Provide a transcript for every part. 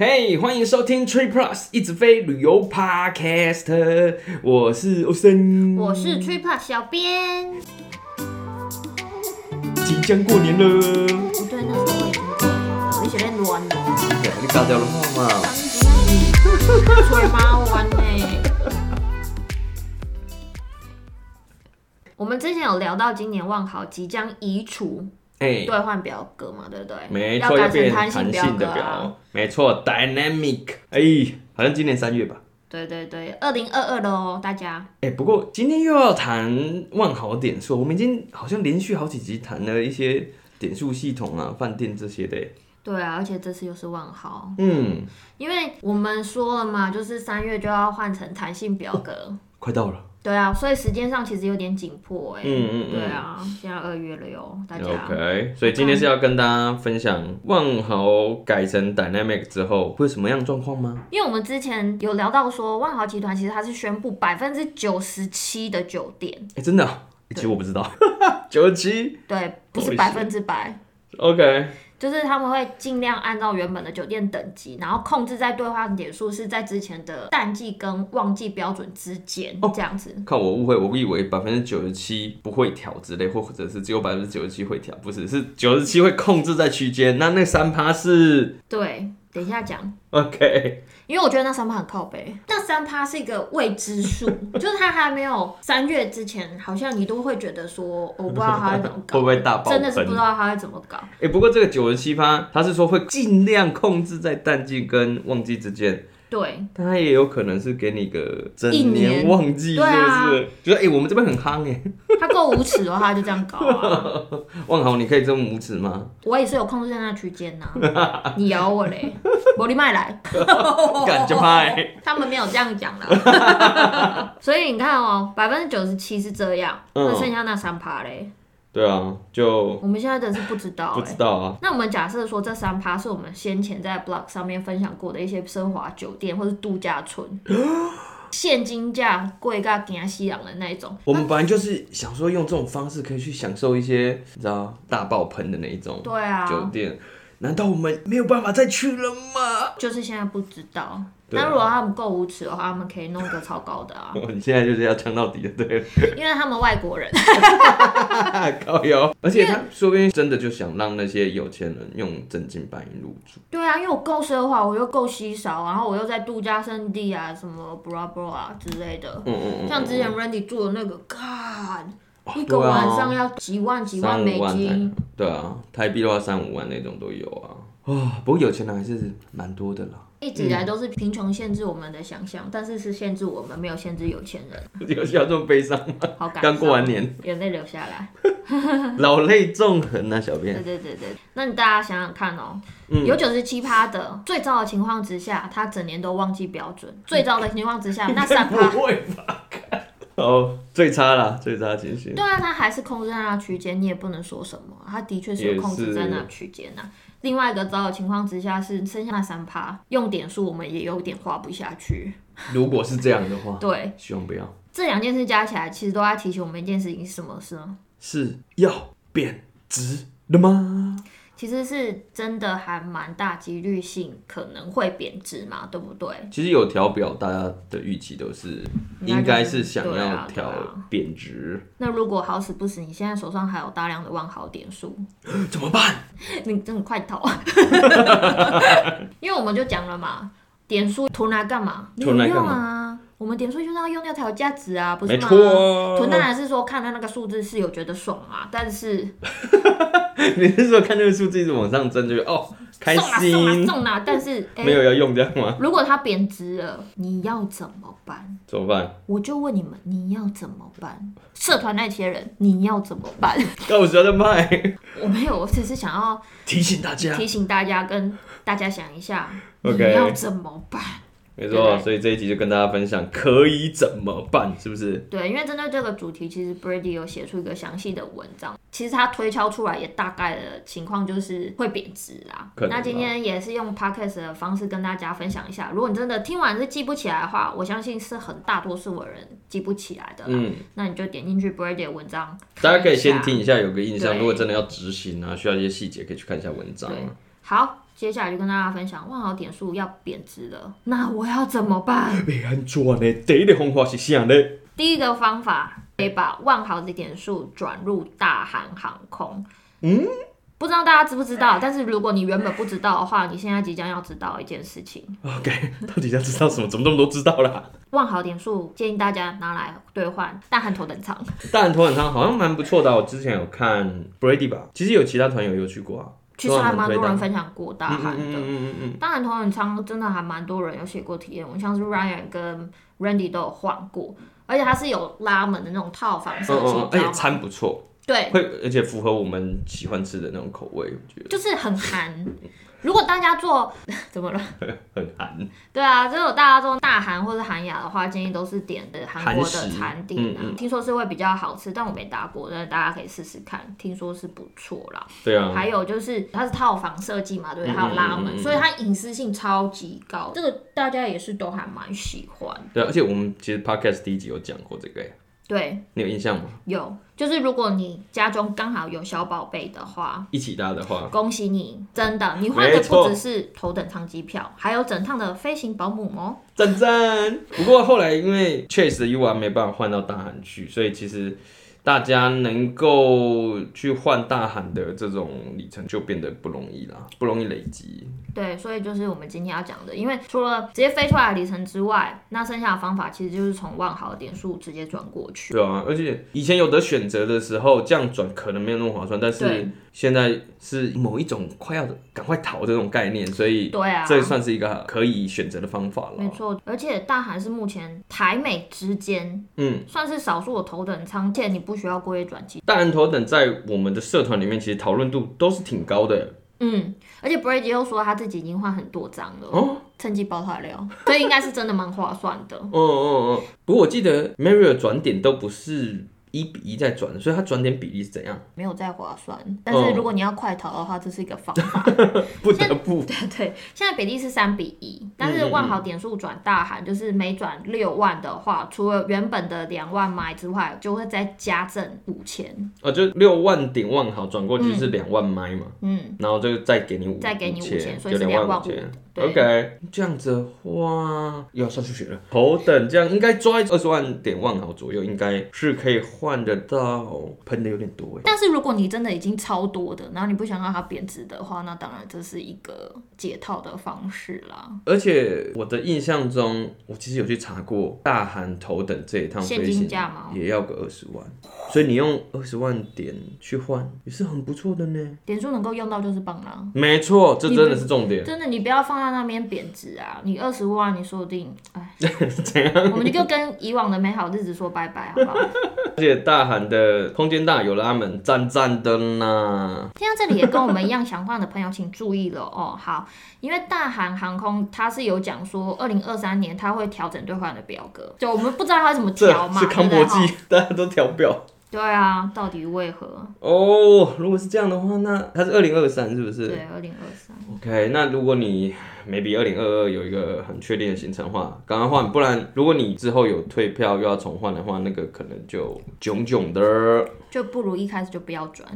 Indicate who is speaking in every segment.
Speaker 1: 嘿欢迎收听 Tree Plus 一直飞旅游 Podcast，我是欧森，
Speaker 2: 我是 Tripa 小编。
Speaker 1: 即将过年了，
Speaker 2: 不哦对，那时候我已经过年了，你随便乱哦。
Speaker 1: 对，你搞掉了话嘛？
Speaker 2: 吹妈弯呢？我们之前有聊到今年万豪即将移除
Speaker 1: 哎、
Speaker 2: 兑换表格嘛，对不对？
Speaker 1: 没
Speaker 2: 要
Speaker 1: 错，要
Speaker 2: 改
Speaker 1: 变
Speaker 2: 成
Speaker 1: 弹
Speaker 2: 弹
Speaker 1: 性
Speaker 2: 性
Speaker 1: 的
Speaker 2: 格啊。
Speaker 1: 表，没错，Dynamic，哎、好像今年三月吧。
Speaker 2: 对对对，二零二二喽，大家。
Speaker 1: 哎、不过今天又要谈万豪点数，我们已经好像连续好几集谈了一些点数系统啊、饭店这些的、
Speaker 2: 对啊，而且这次又是万豪，
Speaker 1: 嗯，
Speaker 2: 因为我们说了嘛，就是三月就要换成弹性表格。
Speaker 1: 快到了，
Speaker 2: 对啊，所以时间上其实有点紧迫哎、
Speaker 1: 嗯嗯嗯
Speaker 2: 对啊，现在二月了哟，大家。
Speaker 1: OK，所以今天是要跟大家分享万豪改成 Dynamic 之后会有什么样的状况吗？
Speaker 2: 因为我们之前有聊到说，万豪集团其实它是宣布百分之九十七的酒店，
Speaker 1: 哎、真的啊、欸 其实我不知道，九七
Speaker 2: 对，不是
Speaker 1: Holy
Speaker 2: 百分之百，
Speaker 1: OK，
Speaker 2: 就是他们会尽量按照原本的酒店等级，然后控制在兑换点数是在之前的淡季跟旺季标准之间、
Speaker 1: 哦
Speaker 2: 这样子。
Speaker 1: 看我误会，我以为百分之九十七不会调之类，或者是只有百分之九十七会调，不是，是九十七会控制在区间，那那三趴是
Speaker 2: 对，等一下讲。
Speaker 1: OK，
Speaker 2: 因为我觉得那三趴很靠背，那三趴是一个未知 数，就是它还没有三月之前，好像你都会觉得说，我不知道它会怎么搞，
Speaker 1: 会不会大爆
Speaker 2: 真的是
Speaker 1: 分
Speaker 2: 不知？道它会怎么搞。
Speaker 1: 哎、不过这个九十七趴，他是说会尽量控制在淡季跟旺季之间，
Speaker 2: 对，
Speaker 1: 但他也有可能是给你个整
Speaker 2: 一年
Speaker 1: 年旺季，是
Speaker 2: 对
Speaker 1: 不
Speaker 2: 啊
Speaker 1: 是？觉得哎，欸我们这边很夯哎，
Speaker 2: 他够无耻的话，他就这样搞啊！
Speaker 1: 万豪你可以这么无耻吗？
Speaker 2: 我也是有控制在那区间呐， 你咬我嘞，我你卖来，
Speaker 1: 敢就拍，
Speaker 2: 他们没有这样讲啦。 所以你看哦、百分之九十七是这样，
Speaker 1: 嗯
Speaker 2: 那剩下那三趴嘞，
Speaker 1: 对啊，就
Speaker 2: 我们现在真的是不知道
Speaker 1: 不
Speaker 2: 哎、
Speaker 1: 知道啊，
Speaker 2: 那我们假设说这三趴是我们先前在 blog 上面分享过的一些奢华酒店或是度假 村，现金价贵到惊西洋的那一种，
Speaker 1: 我们本来就是想说用这种方式可以去享受一些你知道大爆喷的那一种
Speaker 2: 对啊，
Speaker 1: 酒店，难道我们没有办法再去了吗？
Speaker 2: 就是现在不知道。
Speaker 1: 对啊，
Speaker 2: 但如果他们够无耻的话，他们可以弄一个超高的啊
Speaker 1: 你现在就是要呛到底的， 对 了，
Speaker 2: 因为他们外国人。
Speaker 1: 高油，而且他说不定真的就想让那些有钱人用真金白银入住，
Speaker 2: 对啊，因为我够奢华，我又够稀少，然后我又在度假胜地啊，什么 bra bra 啊之类的。
Speaker 1: 嗯嗯嗯，
Speaker 2: 像之前 Randy 住的那个，干、一个
Speaker 1: 对啊
Speaker 2: 晚上要几万几万
Speaker 1: 三
Speaker 2: 美
Speaker 1: 五万台
Speaker 2: 金。，
Speaker 1: 对啊，台币的话三五万那种都有啊。啊、不过有钱人还是蛮多的啦，
Speaker 2: 一直以来都是贫穷限制我们的想象，但是是限制我们，没有限制有钱人。
Speaker 1: 有需要这么悲伤吗？
Speaker 2: 好 感伤
Speaker 1: 刚过完年，
Speaker 2: 眼泪流下来。
Speaker 1: 老泪纵横啊，小
Speaker 2: 对
Speaker 1: 编。
Speaker 2: 对对对，那你大家想想看哦，
Speaker 1: 嗯
Speaker 2: 有九十七趴的，最糟的情况之下，他整年都忘记标
Speaker 1: 嗯
Speaker 2: 准。最糟的情况之下，那三 趴
Speaker 1: 不会吧？ 哦，最差啦，最差情形。
Speaker 2: 对啊，它还是控制在那区间，你也不能说什么，它的确是有控制在那区间呐。另外一个糟的情况之下是剩下那三趴用点数，我们也有点花不下去。
Speaker 1: 如果是这样的话，
Speaker 2: 对，
Speaker 1: 希望不要。
Speaker 2: 这两件事加起来，其实都在提醒我们一件事情，是什么事呢？
Speaker 1: 是要贬值了吗？
Speaker 2: 其实是真的还蛮大几率性可能会贬值嘛，对不对？
Speaker 1: 其实有调表，大家的预期都是
Speaker 2: 那就是
Speaker 1: 应该是想
Speaker 2: 对
Speaker 1: 要
Speaker 2: 啊对
Speaker 1: 调
Speaker 2: 啊
Speaker 1: 贬值，
Speaker 2: 那如果好死不死，你现在手上还有大量的万豪点数，
Speaker 1: 怎么办？
Speaker 2: 你真的快逃！啊 因为我们就讲了嘛，点数囤来干嘛？没有
Speaker 1: 囤来干
Speaker 2: 用
Speaker 1: 嘛
Speaker 2: 啊！我们点数就是要用掉才有价值啊，不是
Speaker 1: 没
Speaker 2: 吗？
Speaker 1: 错哦
Speaker 2: 囤当啊然是说看到那个数字是有觉得爽啊，但是
Speaker 1: 你是说看那个数字一直往上增，就觉得哦开
Speaker 2: 送啊送啊
Speaker 1: 心，
Speaker 2: 送啊，但是哎、
Speaker 1: 没有要用这样吗？
Speaker 2: 如果它贬值了，你要怎么办？
Speaker 1: 怎么办？
Speaker 2: 我就问你们，你要怎么办？社团那些人，你要怎么办？
Speaker 1: 到时候再卖。
Speaker 2: 我没有，我只是想要
Speaker 1: 提醒大家，
Speaker 2: 提醒大家，跟大家想一下
Speaker 1: OK
Speaker 2: 你要怎么办？
Speaker 1: 没
Speaker 2: 对
Speaker 1: 错，
Speaker 2: 对
Speaker 1: 所以这一集就跟大家分享可以怎么办，是不是？
Speaker 2: 对，因为针对这个主题，其实 Brady 有写出一个详细的文章。其实他推敲出来也大概的情况就是会贬值啦。
Speaker 1: 可能吧
Speaker 2: 那今天也是用 podcast 的方式跟大家分享一下。如果你真的听完是记不起来的话，我相信是很大多数的人记不起来的啦。
Speaker 1: 嗯，
Speaker 2: 那你就点进去 Brady 的文章，
Speaker 1: 大家可以
Speaker 2: 看一下
Speaker 1: 先听。一下，有个印象。
Speaker 2: 对
Speaker 1: 如果真的要执行啊，需要一些细节，可以去看一下文章啊。
Speaker 2: 对，好，接下来就跟大家分享，万豪点数要贬值了，那我要怎么办？
Speaker 1: 袂安怎呢？第一个方法是啥呢？
Speaker 2: 第一个方法可以把万豪的点数转入大韩航空。
Speaker 1: 嗯，
Speaker 2: 不知道大家知不知道？但是如果你原本不知道的话，你现在即将要知道一件事情：
Speaker 1: ，OK，到底要知道什么？怎么这么多知道啦？
Speaker 2: 万豪点数建议大家拿来兑换大韩头等舱。
Speaker 1: 大人头很汤好像蛮不错的啊、我之前有看 Brady 吧，其实有其他团友有去过啊，
Speaker 2: 其实还
Speaker 1: 都很
Speaker 2: 蛮
Speaker 1: 推
Speaker 2: 多
Speaker 1: 的
Speaker 2: 人分享过大
Speaker 1: 嗯
Speaker 2: 韩
Speaker 1: 嗯
Speaker 2: 的，
Speaker 1: 嗯嗯嗯
Speaker 2: 大韩头等舱真的还蛮多人有写过体验文，像是 Ryan 跟 Randy 都有换过，而且它是有拉门的那种套房
Speaker 1: 嗯，
Speaker 2: 设
Speaker 1: 嗯
Speaker 2: 计，
Speaker 1: 嗯而
Speaker 2: 你知道
Speaker 1: 且
Speaker 2: 吗？
Speaker 1: 餐不错，
Speaker 2: 对，
Speaker 1: 会而且符合我们喜欢吃的那种口味，我觉得
Speaker 2: 就是很韩。如果大家做 怎么了？
Speaker 1: 很韩。
Speaker 2: 对啊，如果大家做大韩或者韩雅的话，建议都是点的韩国的餐厅啊，
Speaker 1: 韩食嗯
Speaker 2: 听说是会比较好吃，但我没搭过，但是大家可以试试看，听说是不错啦。
Speaker 1: 对啊，
Speaker 2: 还有就是它是套房设计嘛，对不对，
Speaker 1: 嗯
Speaker 2: 还有拉
Speaker 1: 嗯
Speaker 2: 门，
Speaker 1: 嗯嗯
Speaker 2: 所以它隐私性超级高，这个大家也是都还蛮喜欢。
Speaker 1: 对啊，而且我们其实 podcast 第一集有讲过这个耶，
Speaker 2: 对，
Speaker 1: 你有印象吗？
Speaker 2: 有就是如果你家中刚好有小宝贝的话，
Speaker 1: 一起搭的话，
Speaker 2: 恭喜你，真的，你换的
Speaker 1: 没
Speaker 2: 不
Speaker 1: 错
Speaker 2: 只是头等舱机票，还有整趟的飞行保姆哦。
Speaker 1: 赞赞。不过后来因为 Chase 的 U R 没办法换到大韩去，所以其实大家能够去换大韩的这种里程就变得不容易啦，不容易累积。
Speaker 2: 对，所以就是我们今天要讲的，因为除了直接飞出来的里程之外，那剩下的方法其实就是从万豪的点数直接转过去。
Speaker 1: 对啊，而且以前有得选择的时候，这样转可能没有那么划算，但
Speaker 2: 对
Speaker 1: 是现在是某一种快要赶快逃这种概念，所以
Speaker 2: 对啊，
Speaker 1: 这算是一个可以选择的方法
Speaker 2: 没
Speaker 1: 了。
Speaker 2: 错，而且大韩是目前台美之间
Speaker 1: 嗯，
Speaker 2: 算是少数的头等舱，而且你不需要过夜转机。
Speaker 1: 大人头等在我们的社团里面，其实讨论度都是挺高的
Speaker 2: 嗯，而且 Brady 又说他自己已经换很多张了，
Speaker 1: 哦。
Speaker 2: 趁机爆他料，所以应该是真的蛮划算的。
Speaker 1: 嗯嗯嗯。不过我记得 Mario 转点都不是一比一在转的，所以它转点比例是怎样？
Speaker 2: 没有再划算。但
Speaker 1: 哦
Speaker 2: 是如果你要快逃的话，这是一个方法。
Speaker 1: 不得不
Speaker 2: 对 对，现在比例是三比一，但是
Speaker 1: 嗯嗯嗯
Speaker 2: 万豪点数转大韩，就是每转六万的话，除了原本的两万买之外，就会再加赠五千。
Speaker 1: 哦，就六万点万好转过去是两万麦嘛，
Speaker 2: 嗯，
Speaker 1: 然后就再给你五，
Speaker 2: 再给你五千
Speaker 1: 千，
Speaker 2: 所以是
Speaker 1: 就
Speaker 2: 25,000
Speaker 1: 万千。
Speaker 2: 对
Speaker 1: OK，这样子的话又要算数学了。头等这样应该抓二十万点万好左右，应该是可以换得到，喷的有点多哎。
Speaker 2: 但是如果你真的已经超多的，然后你不想让它贬值的话，那当然这是一个解套的方式啦。
Speaker 1: 而且我的印象中，我其实有去查过大韩头等这一趟
Speaker 2: 现
Speaker 1: 飞
Speaker 2: 金
Speaker 1: 行
Speaker 2: 价吗？
Speaker 1: 也要个二十万，所以你用二十万点去换也是很不错的呢。
Speaker 2: 点数能够用到就是棒啦。
Speaker 1: 没错，这真的是重点。
Speaker 2: 真的，你不要放在那边贬值啊！你二十万，你说不定，哎，
Speaker 1: 怎样？
Speaker 2: 我们就跟以往的美好日子说拜拜，好不好？
Speaker 1: 而且大韩的空间大，有拉门，赞赞的啦。
Speaker 2: 听到这里也跟我们一样想换的朋友，请注意了哦。好，因为大韩航空它是有讲说，二零二三年它会调整兑换的表格，就我们不知道它怎么
Speaker 1: 这
Speaker 2: 调嘛，
Speaker 1: 是康博
Speaker 2: 对不对哈哦
Speaker 1: 记， 大家都调表
Speaker 2: 对啊，到底为何？
Speaker 1: 哦。如果是这样的话，那它是二零二三是不是
Speaker 2: 对，二零二三，
Speaker 1: ？OK，那如果你 maybe 二零二二有一个很确定的行程的话，赶快换，不然如果你之后有退票又要重换的话，那个可能就囧囧的。
Speaker 2: 就不如一开始就不要转。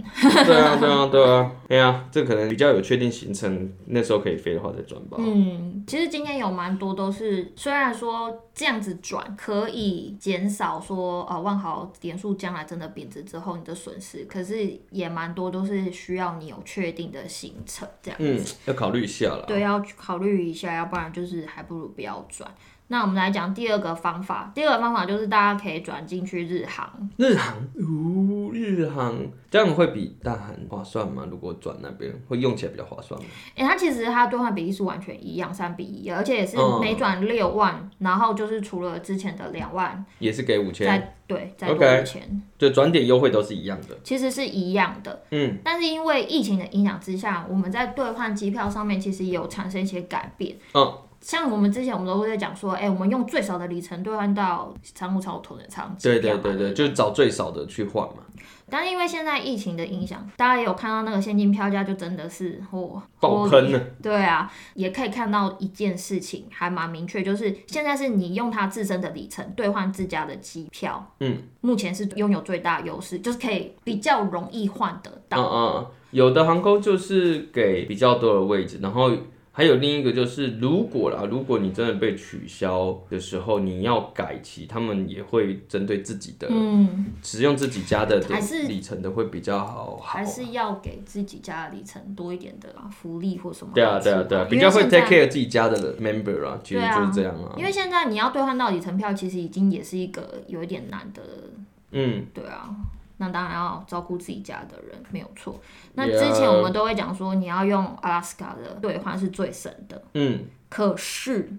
Speaker 1: 对啊，对啊，对啊，对啊，这可能比较有确定行程，那时候可以飞的话再转吧。
Speaker 2: 嗯，其实今天有蛮多都是，虽然说这样子转可以减少说啊、呃万豪点数将来真的贬值之后你的损失，可是也蛮多都是需要你有确定的行程这样。
Speaker 1: 嗯，要考虑一下啦。
Speaker 2: 对，要去考虑一下，要不然就是还不如不要转。那我们来讲第二个方法，第二个方法就是大家可以转进去日航，
Speaker 1: 日航，呜、日航这样会比大韩划算吗？如果转那边会用起来比较划算吗？
Speaker 2: 诶、它其实它兑换比例是完全一样，三比一，啊而且也是
Speaker 1: 嗯
Speaker 2: 每转六万、然后就是除了之前的两万，
Speaker 1: 也是给五千，
Speaker 2: 再对再多五
Speaker 1: OK
Speaker 2: 千，
Speaker 1: 对，转点优惠都是一样的。
Speaker 2: 其实是一样的。
Speaker 1: 嗯，
Speaker 2: 但是因为疫情的影响之下，我们在兑换机票上面其实也有产生一些改变。
Speaker 1: 嗯，
Speaker 2: 像我们之前我们都会在讲说，诶，我们用最少的里程兑换到商务舱或头等舱机
Speaker 1: 对
Speaker 2: 票
Speaker 1: 对
Speaker 2: 嘛
Speaker 1: 对对，就找最少的去换嘛，
Speaker 2: 但是因为现在疫情的影响，大家也有看到那个现金票价就真的是嚯
Speaker 1: 爆喷！
Speaker 2: 嚯
Speaker 1: 呢。
Speaker 2: 对啊，也可以看到一件事情还蛮明确，就是现在是你用它自身的里程兑换自家的机票，
Speaker 1: 嗯，
Speaker 2: 目前是拥有最大优势，就是可以比较容易换得
Speaker 1: 嗯
Speaker 2: 到。
Speaker 1: 嗯，有的航空就是给比较多的位置，然后还有另一个就是，如果啦，如果你真的被取消的时候，你要改期，他们也会针对自己的、
Speaker 2: 嗯，
Speaker 1: 使用自己家的的
Speaker 2: 还是
Speaker 1: 里程的会比较好好
Speaker 2: 还。是要给自己家的里程多一点的福利或什么。
Speaker 1: 对啊，对啊，对啊，比较会
Speaker 2: 因为现
Speaker 1: take
Speaker 2: 在
Speaker 1: care 自己家的 member 啊，其实
Speaker 2: 对啊
Speaker 1: 就是这样啊。
Speaker 2: 因为现在你要兑换到里程票，其实已经也是一个有一点难的，
Speaker 1: 嗯，
Speaker 2: 对啊。那当然要照顾自己家的人，没有错。那
Speaker 1: Yeah
Speaker 2: 之前我们都会讲说，你要用 Alaska 的兑换是最省的，
Speaker 1: 嗯，
Speaker 2: 可是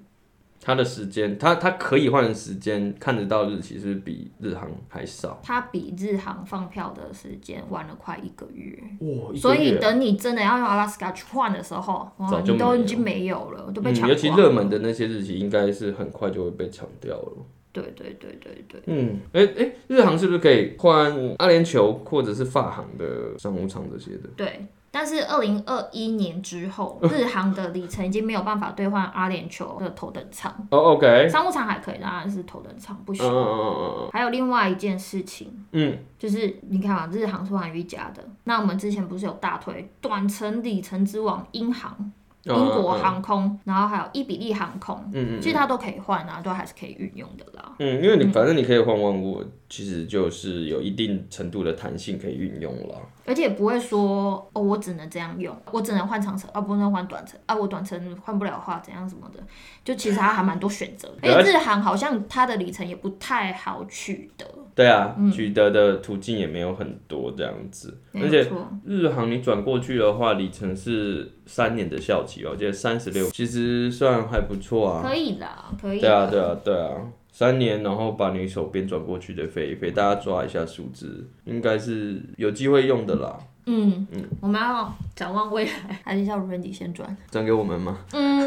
Speaker 1: 他的时间，他他可以换的时间，看得到日期是比日航还少。
Speaker 2: 它比日航放票的时间晚了快一个月。
Speaker 1: 哇
Speaker 2: 所以等你真的要用 Alaska 去换的时候，哇，
Speaker 1: 啊早就
Speaker 2: 你都
Speaker 1: 没有
Speaker 2: 已经没有了，都被
Speaker 1: 嗯
Speaker 2: 抢光、
Speaker 1: 尤其热门的那些日期，应该是很快就会被抢掉了。
Speaker 2: 对对对对对，
Speaker 1: 嗯，哎、哎、日航是不是可以换阿联酋或者是法航的商务舱这些的？
Speaker 2: 对，但是二零二一年之后，日航的里程已经没有办法兑换阿联酋的头等舱，
Speaker 1: 哦、o k
Speaker 2: 商务舱还可以，当然是头等舱不
Speaker 1: 嗯
Speaker 2: 行。
Speaker 1: 嗯嗯
Speaker 2: 还有另外一件事情，
Speaker 1: 嗯嗯，
Speaker 2: 就是你看嘛，日航是玩瑜伽的，那我们之前不是有大推短程里程之王英航、英
Speaker 1: 嗯
Speaker 2: 国，航空，然后还有伊比利航空，
Speaker 1: 嗯嗯
Speaker 2: 其实它都可以换啊，都还是可以运用的啦。
Speaker 1: 嗯，因为你反正你可以换万物，其实就是有一定程度的弹性可以运用了。
Speaker 2: 而且也不会说哦，我只能这样用，我只能换长程，啊，不能换短程，啊，我短程换不了的话，怎样什么的，就其实它还蛮多选择的。
Speaker 1: 对
Speaker 2: 而且日航好像它的里程也不太好取得，
Speaker 1: 对啊，取得的途径也没有很多这样子，而
Speaker 2: 嗯没
Speaker 1: 且
Speaker 2: 错，
Speaker 1: 日航你转过去的话，里程是三年的效期吧，哦我记得三十六，其实算还不错啊。
Speaker 2: 可以啦，可以。
Speaker 1: 对啊，对啊，对啊，三年，然后把你手边转过去的飞一飞，大家抓一下数字，应该是有机会用的啦。
Speaker 2: 嗯，我们要展望未来，还是叫 Randy 先转？
Speaker 1: 转给我们吗？
Speaker 2: 嗯，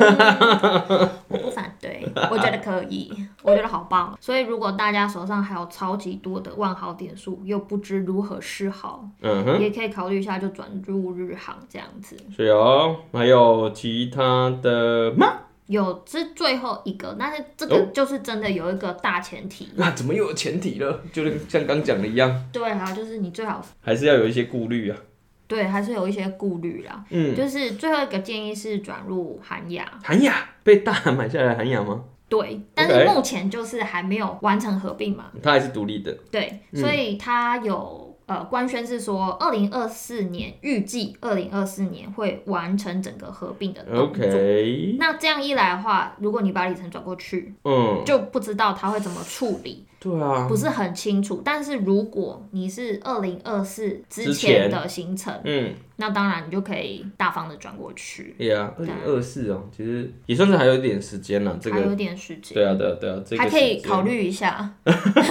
Speaker 2: 我不反对，我觉得可 以，我觉得好棒。所以如果大家手上还有超级多的万豪点数，又不知如何是好，
Speaker 1: 嗯哼，
Speaker 2: 也可以考虑一下就转入日航这样子。
Speaker 1: 所以哦，还有其他的吗？
Speaker 2: 有这是最后一个，但是这
Speaker 1: 哦
Speaker 2: 个就是真的有一个大前提，
Speaker 1: 那、啊怎么又有前提了？就是像刚讲的一样，
Speaker 2: 对啊，就是你最好
Speaker 1: 还是要有一些顾虑啊。
Speaker 2: 对还是有一些顾虑啦。
Speaker 1: 嗯，
Speaker 2: 就是最后一个建议是转入韩亚，
Speaker 1: 韩雅被大韩买下来，韩雅吗？
Speaker 2: 对，但是目前就是还没有完成合并嘛，
Speaker 1: 它还是独立的。
Speaker 2: 对，
Speaker 1: 嗯
Speaker 2: 所以它有呃官宣是说，二零二四年预计二零二四年会完成整个合并的动作。
Speaker 1: OK，
Speaker 2: 那这样一来的话，如果你把里程转过去，
Speaker 1: 嗯，
Speaker 2: 就不知道它会怎么处理。
Speaker 1: 对啊，
Speaker 2: 不是很清楚，但是如果你是二零二四之
Speaker 1: 之前
Speaker 2: 前的行程，
Speaker 1: 嗯，
Speaker 2: 那当然你就可以大方的转过去，
Speaker 1: 对啊，二零二四哦，其实也算是还有一点时间了。这
Speaker 2: 还
Speaker 1: 个，
Speaker 2: 有点时间，
Speaker 1: 对啊，对啊，对啊，这个
Speaker 2: 还可以
Speaker 1: 时间
Speaker 2: 考虑一下，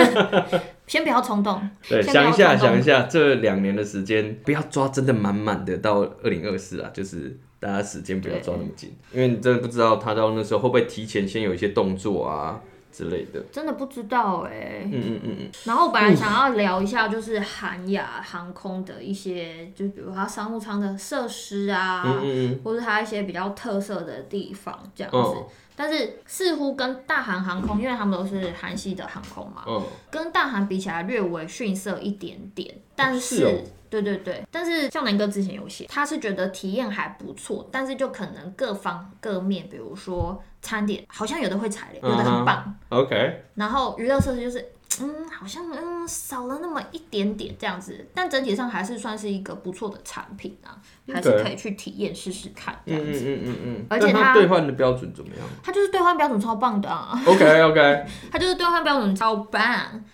Speaker 2: 先不要冲动，
Speaker 1: 对，
Speaker 2: 先
Speaker 1: 想一下，
Speaker 2: 不要冲动
Speaker 1: 想一下，这两年的时间不要抓真的满满的到二零二四啦，啊就是大家时间不要抓那么紧，因为你真的不知道他到那时候会不会提前先有一些动作啊之类的。
Speaker 2: 真的不知道哎、
Speaker 1: 嗯嗯嗯嗯，
Speaker 2: 然后我本来想要聊一下，就是韩亚航空的一些，就比如它商务舱的设施啊，
Speaker 1: 嗯嗯嗯
Speaker 2: 或是它一些比较特色的地方这样子。
Speaker 1: 嗯
Speaker 2: 但是似乎跟大韩航空，因为他们都是韩系的航空嘛，
Speaker 1: 嗯，
Speaker 2: 跟大韩比起来略微逊色一点点，但是。
Speaker 1: 是哦
Speaker 2: 对对对，但是像南哥之前有写，他是觉得体验还不错，但是就可能各方各面，比如说餐点，好像有的会踩雷，有的
Speaker 1: 嗯哼
Speaker 2: 很棒
Speaker 1: OK，
Speaker 2: 然后娱乐设施就是，嗯，好像嗯少了那么一点点这样子，但整体上还是算是一个不错的产品啊，还是
Speaker 1: OK
Speaker 2: 可以去体验试试看
Speaker 1: 嗯
Speaker 2: 这样
Speaker 1: 嗯
Speaker 2: 子。
Speaker 1: 嗯嗯嗯，
Speaker 2: 而且
Speaker 1: 那他
Speaker 2: 他
Speaker 1: 兑换的标准怎么样
Speaker 2: 它就是兑换标准超棒的啊、
Speaker 1: ？OK OK，
Speaker 2: 它就是兑换标准超棒，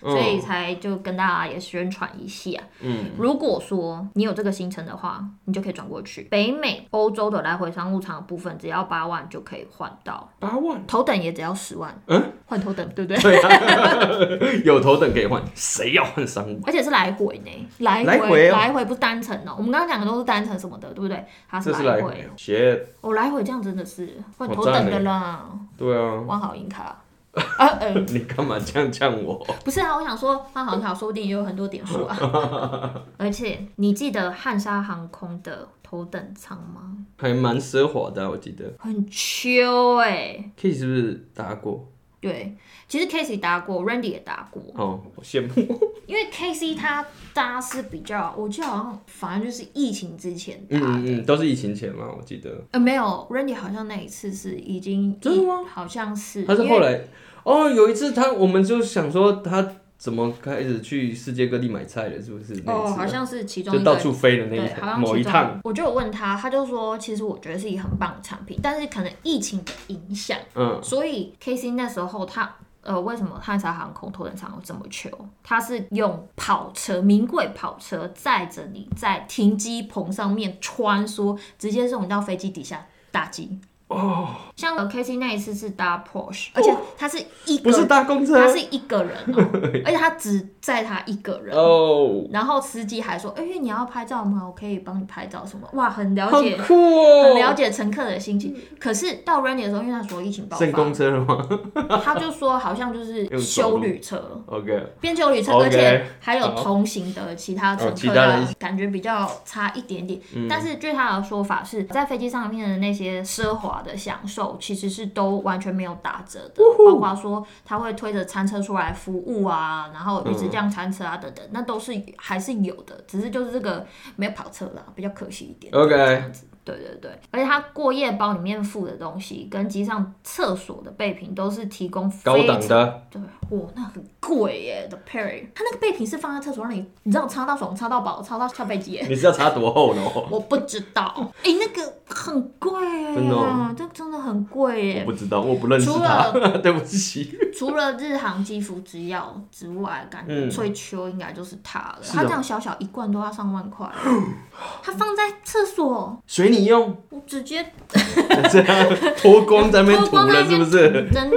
Speaker 1: 嗯
Speaker 2: 所以才就跟大家也宣传一下。
Speaker 1: 嗯，
Speaker 2: 如果说你有这个行程的话，你就可以转过去。北美、欧洲的来回商务舱的部分，只要八万就可以换到，
Speaker 1: 八 万，
Speaker 2: 头等也只要十万，
Speaker 1: 嗯，
Speaker 2: 换头等对不对？
Speaker 1: 对啊，有头等可以换，谁要换商务？
Speaker 2: 而且是来回呢，来回
Speaker 1: 来回哦
Speaker 2: 不是单程哦、我们刚刚讲的都是单程什么的，对不对？它是
Speaker 1: 这是
Speaker 2: 来
Speaker 1: 来
Speaker 2: 回，
Speaker 1: 鞋，
Speaker 2: 我、来回这样真的是换
Speaker 1: 好
Speaker 2: 头等
Speaker 1: 赞
Speaker 2: 的
Speaker 1: 欸
Speaker 2: 啦，
Speaker 1: 对啊，
Speaker 2: 万豪银卡。啊呃，
Speaker 1: 你干嘛这样呛我？
Speaker 2: 不是啊，我想说万豪银卡说不定也有很多点数啊。 而且你记得汉莎航空的头等舱吗？
Speaker 1: 还蛮奢华的啊、我记得
Speaker 2: 很秋哎、
Speaker 1: K 是不是搭过？
Speaker 2: 对，其实 Casey 搭过，Randy 也搭过，
Speaker 1: 哦，好羡慕。
Speaker 2: 因为 Casey 他搭是比较，我记得好像反正就是疫情之前搭
Speaker 1: 嗯嗯嗯，都是疫情前嘛，我记得。
Speaker 2: 呃，没有，Randy 好像那一次是已经
Speaker 1: 真的
Speaker 2: 吗？好像是，
Speaker 1: 他是
Speaker 2: 嗯因为
Speaker 1: 后来哦，有一次他我们就想说他怎么开始去世界各地买菜了，是不是？那一
Speaker 2: 哦，
Speaker 1: 次啊
Speaker 2: 好像是其中
Speaker 1: 就
Speaker 2: 一个
Speaker 1: 到处飞的那一
Speaker 2: 对，好
Speaker 1: 趟
Speaker 2: 像
Speaker 1: 某
Speaker 2: 其
Speaker 1: 一
Speaker 2: 中
Speaker 1: 趟，，
Speaker 2: 我就有问他，他就说，其实我觉得是一个很棒的产品，但是可能疫情的影响，
Speaker 1: 嗯，
Speaker 2: 所以 K C 那时候他呃，为什么汉莎航空头等舱有这么求？他是用跑车，名贵跑车载着你在停机棚上面穿梭，直接送你到飞机底下打机。哦，像 K C 那一次是搭 Porsche，而且他是一个
Speaker 1: 不是搭公
Speaker 2: 他
Speaker 1: 车
Speaker 2: 是一个人、 哦，而且他只载他一个人。
Speaker 1: 哦，
Speaker 2: 然后司机还说：“哎、你要拍照吗？我可以帮你拍照什么？”哇，很了
Speaker 1: 好
Speaker 2: 解，
Speaker 1: 酷
Speaker 2: 很了
Speaker 1: 哦！
Speaker 2: 解乘客的心情。可是到 Randy 的时候，因为那时候疫情爆
Speaker 1: 剩
Speaker 2: 发，
Speaker 1: 公车了 吗
Speaker 2: 他就说好像就是
Speaker 1: 用走
Speaker 2: 修
Speaker 1: 路
Speaker 2: 旅车，
Speaker 1: ？OK，
Speaker 2: 边修旅车
Speaker 1: OK，
Speaker 2: 而且还有
Speaker 1: 好
Speaker 2: 同行的其他乘
Speaker 1: 哦其
Speaker 2: 客
Speaker 1: 他人一
Speaker 2: 的感觉比较差一点点。
Speaker 1: 嗯
Speaker 2: 但是据他的说法是，在飞机上面的那些奢华的享受，其实是都完全没有打折的，包括说他会推着餐车出来服务啊，然后一直这样餐车啊等等，
Speaker 1: 嗯
Speaker 2: 那都是还是有的，只是就是这个没有跑车啦，比较可惜一点。
Speaker 1: OK
Speaker 2: 这样子对对对，而且他过夜包里面附的东西跟机上厕所的备品都是提供非
Speaker 1: 高档
Speaker 2: 常
Speaker 1: 的，
Speaker 2: 对，哇，那很贵耶，The Perry，它那个备品是放在厕所那里，你知道我擦到爽，擦到饱，擦到翘背肌耶，
Speaker 1: 你是要擦多厚的哦？
Speaker 2: 我不知道，哎、那个很贵耶，
Speaker 1: 真的哦
Speaker 2: 这真的很贵
Speaker 1: 我
Speaker 2: 耶。
Speaker 1: 不知道，我不认识他， 对不起。
Speaker 2: 除了日航肌肤之钥之外，感觉
Speaker 1: 嗯
Speaker 2: 最秋应该就是它了。
Speaker 1: 是哦
Speaker 2: 它这样小小一罐都要上万块， 它放在厕所，
Speaker 1: 随你用，
Speaker 2: 我直接
Speaker 1: 这样 脱光在那边
Speaker 2: 脱
Speaker 1: 涂
Speaker 2: 光在
Speaker 1: 了，
Speaker 2: 那
Speaker 1: 是
Speaker 2: 边
Speaker 1: 不是？
Speaker 2: 涂真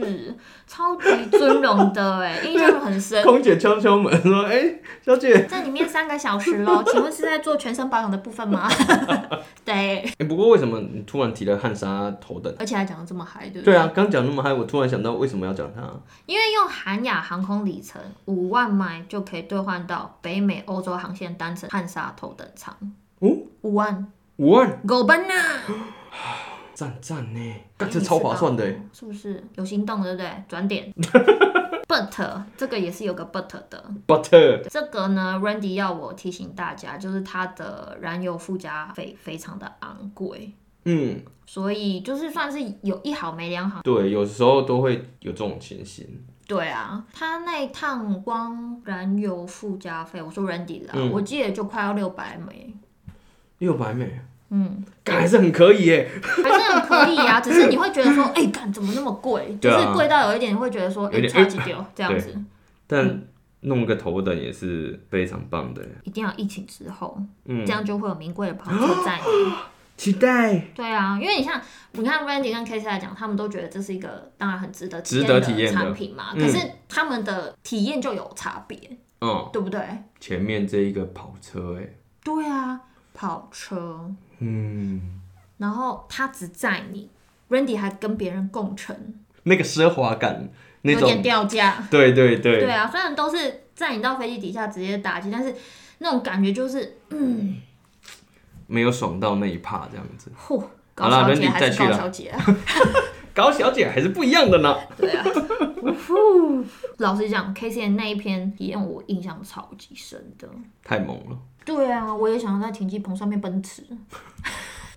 Speaker 2: 的是超级尊荣的哎，印象很深。
Speaker 1: 空姐敲敲门说：“哎、小姐。
Speaker 2: 在里面三个小时 喽，请问是在做全身保养的部分吗？ 对，
Speaker 1: 哎，不过为什么你突然提了汉莎头等？
Speaker 2: 而且还讲的这么嗨，对不
Speaker 1: 对啊，刚讲那么嗨，我突然想到为什么要讲它。
Speaker 2: 因为用韩亚航空里程五万迈就可以兑换到北美、欧洲航线单程汉莎头等舱，
Speaker 1: 哦，
Speaker 2: 五万
Speaker 1: 五万，
Speaker 2: 狗奔呐！
Speaker 1: 赞赞呢，干这超划算的欸耶。
Speaker 2: 是不是？有心动对不对？转点。But 这个也是有个 but 的，
Speaker 1: Butter，
Speaker 2: 这个呢，Randy 要我提醒大家，就是它的燃油附加费非常的昂贵，
Speaker 1: 嗯，
Speaker 2: 所以就是算是有一好没两好。
Speaker 1: 对，有时候都会有这种情形。
Speaker 2: 对啊，他那一趟光燃油附加费，我说 Randy 啦，
Speaker 1: 嗯
Speaker 2: 我记得就快要六百美，
Speaker 1: 六百美，
Speaker 2: 嗯，
Speaker 1: 干还是很可以耶，
Speaker 2: 还是很可以啊。只是你会 觉得说，哎、干怎么那么贵？就
Speaker 1: 对啊
Speaker 2: 是贵到有一点你会觉得说，
Speaker 1: 有
Speaker 2: 哎、
Speaker 1: 点
Speaker 2: 差几 丢这样子。
Speaker 1: 但弄个头等也是非常棒的耶。
Speaker 2: 一定要疫情之后，
Speaker 1: 嗯
Speaker 2: 这，样就会有名贵的跑车在 你。
Speaker 1: 期待，
Speaker 2: 对啊，因为你像你看 Randy 跟 K C 来讲，他们都觉得这是一个当然很值得
Speaker 1: 值得体
Speaker 2: 体
Speaker 1: 验
Speaker 2: 验
Speaker 1: 的
Speaker 2: 的产品嘛，
Speaker 1: 嗯
Speaker 2: 可是他们的体验就有差别，
Speaker 1: 嗯，
Speaker 2: 对不对？
Speaker 1: 前面这一个跑车，哎，
Speaker 2: 对啊，跑车。
Speaker 1: 嗯，
Speaker 2: 然后他只载你，Randy 还跟别人共乘，
Speaker 1: 那个奢华感，那
Speaker 2: 有点
Speaker 1: 种，
Speaker 2: 掉价。
Speaker 1: 对对对，
Speaker 2: 对啊，虽然都是载你到飞机底下直接打击，但是那种感觉就是，
Speaker 1: 没有爽到那一趴这样子。
Speaker 2: 嚯，
Speaker 1: 好
Speaker 2: 高
Speaker 1: 啦
Speaker 2: 小姐
Speaker 1: Randy
Speaker 2: 还是
Speaker 1: 再去
Speaker 2: 高
Speaker 1: 啦
Speaker 2: 小姐、啊。
Speaker 1: 搞小姐还是不一样的呢。
Speaker 2: 对啊，呼 老实讲，K C N 那一篇体验我印象超级深的。
Speaker 1: 太猛了，
Speaker 2: 对啊，我也想要在停机棚上面奔驰，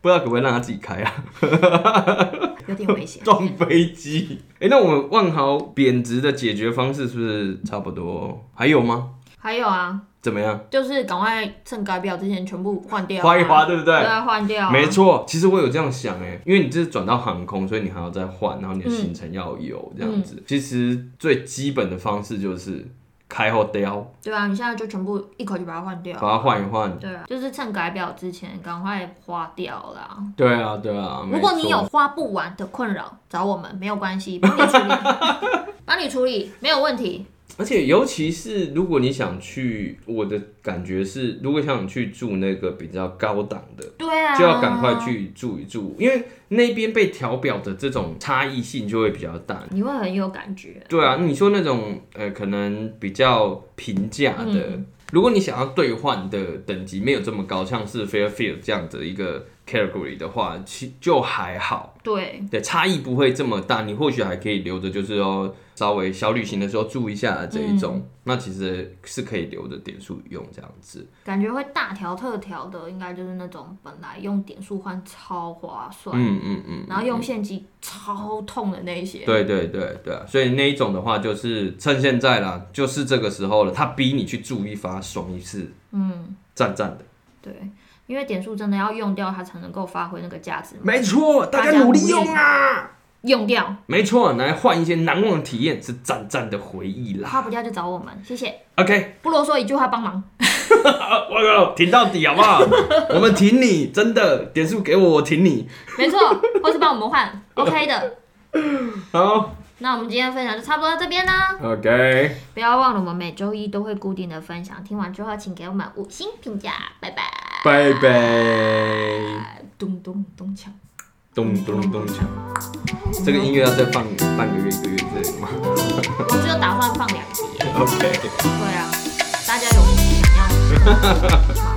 Speaker 1: 不知道可不可以让他自己开啊？
Speaker 2: 有点危险。
Speaker 1: 撞飞机。哎、那我们万豪贬值的解决方式是不是差不多？还有吗？
Speaker 2: 还有啊，
Speaker 1: 怎么样？
Speaker 2: 就是赶快趁改表之前全部换掉、啊，
Speaker 1: 花一花，，对不对？
Speaker 2: 对啊，换掉、啊，
Speaker 1: 没错，其实我有这样想哎，因为你这是转到航空，所以你还要再换，然后你的行程要有这样
Speaker 2: 嗯
Speaker 1: 子。其实最基本的方式就是开后雕，
Speaker 2: 对啊，你现在就全部一口气把它换掉
Speaker 1: 把。它换一换。
Speaker 2: 对啊，就是趁改表之前赶快花掉啦。
Speaker 1: 对啊，对啊。
Speaker 2: 如果你有
Speaker 1: 没错，
Speaker 2: 花不完的困扰，找我们没有 关系，帮你处理，帮你处理没有问题。
Speaker 1: 而且尤其是如果你想去，我的感觉是，如果想去住那个比较高档的。
Speaker 2: 对 啊，
Speaker 1: 就要赶快。去住一住，因为那边被调表的这种差异性就会比较大。
Speaker 2: 你会很有感觉，
Speaker 1: 对啊，你说那种呃，可能比较平价的，如果你想要兑换的等级没有这么高，像是 Fairfield 这样子的一个 category 的话，其就还好。
Speaker 2: 对，
Speaker 1: 对，差异不会这么大，你或许还可以留着，就是哦，稍微小旅行的时候注意一下这一种，那其实是可以留着点数用这样子。
Speaker 2: 感觉会大条特条的，应该就是那种本来用点数换超划算，
Speaker 1: 嗯嗯嗯，
Speaker 2: 然后用现金超痛的那一些。
Speaker 1: 对对对对啊，所以那一种的话，就是趁现在啦，就是这个时候了，他逼你去注一发，爽一次，嗯，赞赞的，
Speaker 2: 对，因为点数真的要用掉，它才能够发挥那个价值。
Speaker 1: 没错，大
Speaker 2: 大
Speaker 1: 家
Speaker 2: 家
Speaker 1: 努力
Speaker 2: 努力
Speaker 1: 用啊，
Speaker 2: 用掉，
Speaker 1: 没错，来换一些难忘的体验，是赞赞的回忆啦。
Speaker 2: 花不掉就找我们，谢谢。
Speaker 1: OK，
Speaker 2: 不啰嗦，一句话帮忙。
Speaker 1: 啊我靠，挺到底好不好？ 我们挺你，真的点数给我，我挺你。
Speaker 2: 没错，或是帮我 们换 OK 的。
Speaker 1: 好
Speaker 2: 那我们今天分享就差不多到这边啦，
Speaker 1: ，OK。
Speaker 2: 不要忘了我们每周一都会固定的分享，听完之后请给我们五星评价，拜拜。
Speaker 1: 拜拜，
Speaker 2: 咚咚咚锵，
Speaker 1: 咚咚咚锵。这个音乐要再放半个月、一个月之类的吗
Speaker 2: 我只有打算放两集。
Speaker 1: ？OK。
Speaker 2: 对啊，大家有想要的吗？